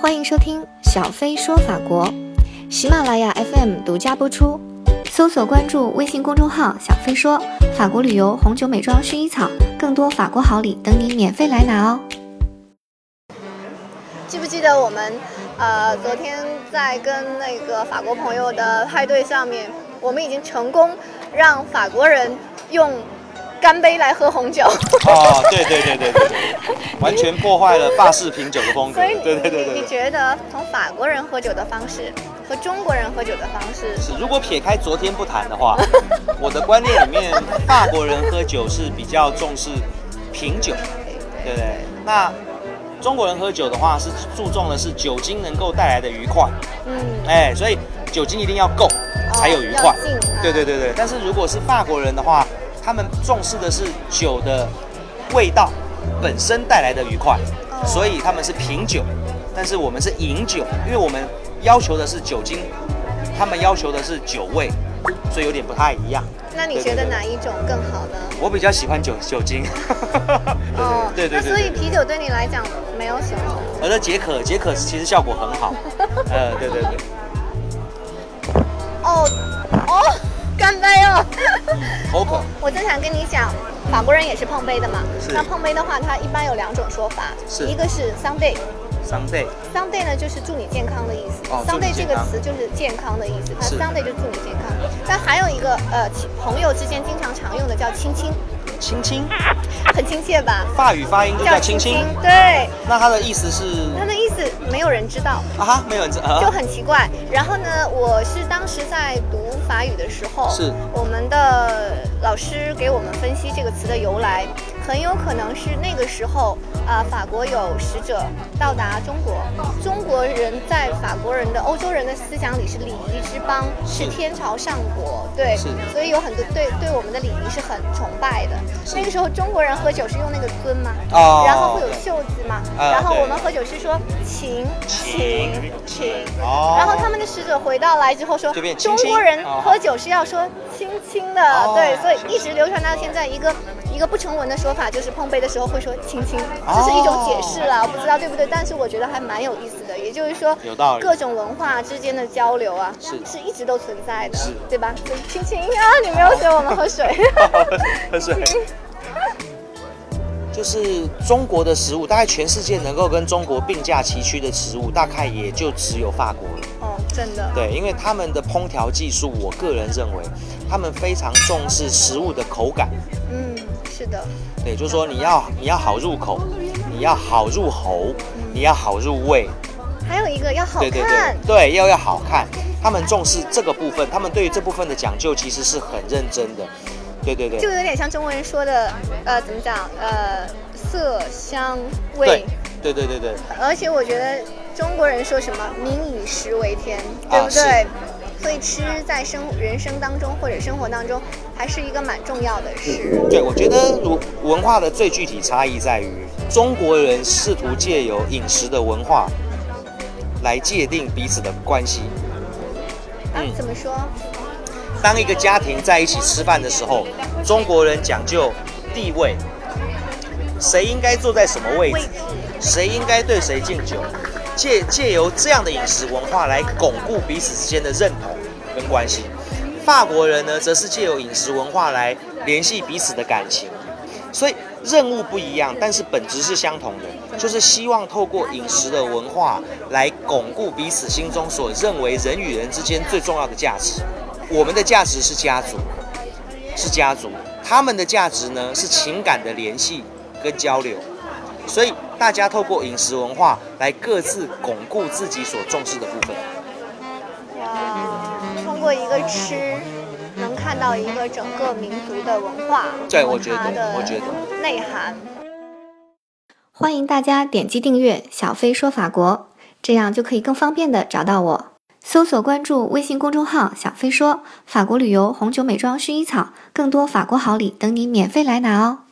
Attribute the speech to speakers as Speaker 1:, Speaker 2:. Speaker 1: 欢迎收听小飞说法国，喜马拉雅 FM 独家播出。搜索关注微信公众号“小飞说法国旅游红酒美妆薰衣草”，更多法国好礼等你免费来拿哦。
Speaker 2: 记不记得我们呃昨天在跟那个法国朋友的派对上面，我们已经成功让法国人用干杯来喝红酒，
Speaker 3: 哦，对对对对对对， 完全破坏了法式品酒的风格。
Speaker 2: 所以你
Speaker 3: 对对对
Speaker 2: 你
Speaker 3: 对
Speaker 2: 你
Speaker 3: 对。
Speaker 2: 觉得从法国人喝酒的方式和中国人喝酒的方式，
Speaker 3: 是，如果撇开昨天不谈的话， 我的观念里面，法国人喝酒是比较重视品酒，对不对？那中国人喝酒的话，是注重的是酒精能够带来的愉快，
Speaker 2: 嗯，
Speaker 3: 哎，所以酒精一定要够
Speaker 2: 哦
Speaker 3: 才有愉快。
Speaker 2: 要劲啊
Speaker 3: 对对对对，但是如果是法国人的话，他们重视的是酒的味道本身带来的愉快，
Speaker 2: 哦
Speaker 3: 所以他们是品酒，但是我们是饮酒，因为我们要求的是酒精，他们要求的是酒味，所以有点不太一样。
Speaker 2: 那你
Speaker 3: 对
Speaker 2: 觉得
Speaker 3: 对对
Speaker 2: 哪一种更好呢？
Speaker 3: 我比较喜欢酒酒精，
Speaker 2: 哦
Speaker 3: 对对对对对对
Speaker 2: 那所以
Speaker 3: 对
Speaker 2: 啤酒对你来讲没有什么。
Speaker 3: 我的解渴解渴其实效果 很好，呃，对对对。
Speaker 2: 哦哦，干杯哦！
Speaker 3: 口渴
Speaker 2: 我我正想跟你讲，法国人也是碰杯的嘛。
Speaker 3: 是
Speaker 2: 那碰杯的话，它一般有两种说法，
Speaker 3: 是
Speaker 2: 一个是 Sunday。
Speaker 3: Sunday，
Speaker 2: Sunday 呢，就是祝你健康的意思。
Speaker 3: 哦祝
Speaker 2: Sunday
Speaker 3: 你
Speaker 2: 这
Speaker 3: 健
Speaker 2: 个
Speaker 3: 康
Speaker 2: 词就是健康的意思，它
Speaker 3: 是
Speaker 2: Sunday 就祝你健康。但还有一个呃，亲朋友之间经常常用的叫亲亲，
Speaker 3: 亲亲，
Speaker 2: 很亲切吧？
Speaker 3: 法语发音就叫亲亲，
Speaker 2: 对，
Speaker 3: 那它的意思是
Speaker 2: 它的意思没有人知道。
Speaker 3: 啊哈，没有人知啊
Speaker 2: 就
Speaker 3: 哈，
Speaker 2: 很奇怪。然后呢，我是当时在读法语的时候，
Speaker 3: 是
Speaker 2: 我们的老师给我们分析这个词的由来，很有可能是那个时候啊、法国有使者到达中国，中国人在法国人的欧洲人的思想里是礼仪之邦，是
Speaker 3: 是
Speaker 2: 天朝上国，对，
Speaker 3: 是
Speaker 2: 所以有很多对对我们的礼仪是很崇拜的。
Speaker 3: 是
Speaker 2: 那个时候中国人喝酒是用那个尊嘛，
Speaker 3: 哦
Speaker 2: 然后会有
Speaker 3: 对
Speaker 2: 袖子嘛，
Speaker 3: 啊
Speaker 2: 然后
Speaker 3: 对
Speaker 2: 我们喝酒是说请请
Speaker 3: 请
Speaker 2: 请。
Speaker 3: 哦
Speaker 2: 然后他们的使者回到来之后说
Speaker 3: 就变，
Speaker 2: 中
Speaker 3: 亲亲
Speaker 2: 国人
Speaker 3: 哦
Speaker 2: 喝酒是要说亲亲的，
Speaker 3: 哦
Speaker 2: 对，所
Speaker 3: 是
Speaker 2: 以一直流传到现在。一个一个不成文的说法就是碰杯的时候会说亲亲，
Speaker 3: 哦
Speaker 2: 这是一种解释啦，我不知道对不对，但是我觉得还蛮有意思的。也就是说，
Speaker 3: 有道理
Speaker 2: 各种文化之间的交流啊，
Speaker 3: 是
Speaker 2: 一直都存在的
Speaker 3: 是，
Speaker 2: 对吧？所以亲亲啊，你没有学我们喝 水。
Speaker 3: 喝水。就是中国的食物，大概全世界能够跟中国并驾齐驱的食物，大概也就只有法国了。
Speaker 2: 哦，真的。
Speaker 3: 对，因为他们的烹调技术，我个人认为，他们非常重视食物的口感。
Speaker 2: 嗯，是的，
Speaker 3: 对，就是说你要你要好入口，你要好入喉，你要好入胃。
Speaker 2: 还有一个要好
Speaker 3: 对对
Speaker 2: 看
Speaker 3: 对，对，要要好看。他们重视这个部分，他们对于这部分的讲究其实是很认真的。对对对
Speaker 2: 就。有点像中国人说的，呃，怎么讲？呃，色香味
Speaker 3: 对。对对对对，
Speaker 2: 而且我觉得中国人说什么“民以食为天”，对
Speaker 3: 啊
Speaker 2: 不对？所以吃在生人生当中或者生活当中，还是一个蛮重要的事。
Speaker 3: 对，我觉得如文化的最具体差异在于，中国人试图借由饮食的文化来界定彼此的关系。
Speaker 2: 啊
Speaker 3: 嗯，
Speaker 2: 怎么说？
Speaker 3: 当一个家庭在一起吃饭的时候，中国人讲究地位，谁应该坐在什么位
Speaker 2: 位
Speaker 3: 置
Speaker 2: 置，
Speaker 3: 谁应该对谁敬酒，借借由这样的饮食文化来巩固彼此之间的认同跟关系。法国人呢，则是借由饮食文化来联系彼此的感情，所以任务不一样，但是本质是相同的，就是希望透过饮食的文化来巩固彼此心中所认为人与人之间最重要的价值。我们的价值是家族，是家族；他们的价值呢是情感的联系跟交流。所以大家透过饮食文化来各自巩固自己所重视的部分。
Speaker 2: 哇，通过一个吃，能看到一个整个民族的文化，
Speaker 3: 对
Speaker 2: 和
Speaker 3: 我觉得
Speaker 2: 它的
Speaker 3: 我觉得
Speaker 2: 内涵。
Speaker 1: 欢迎大家点击订阅“小飞说法国”，这样就可以更方便的找到我。搜索关注微信公众号“小飞说法国旅游红酒美妆薰衣草”，更多法国好礼等你免费来拿哦。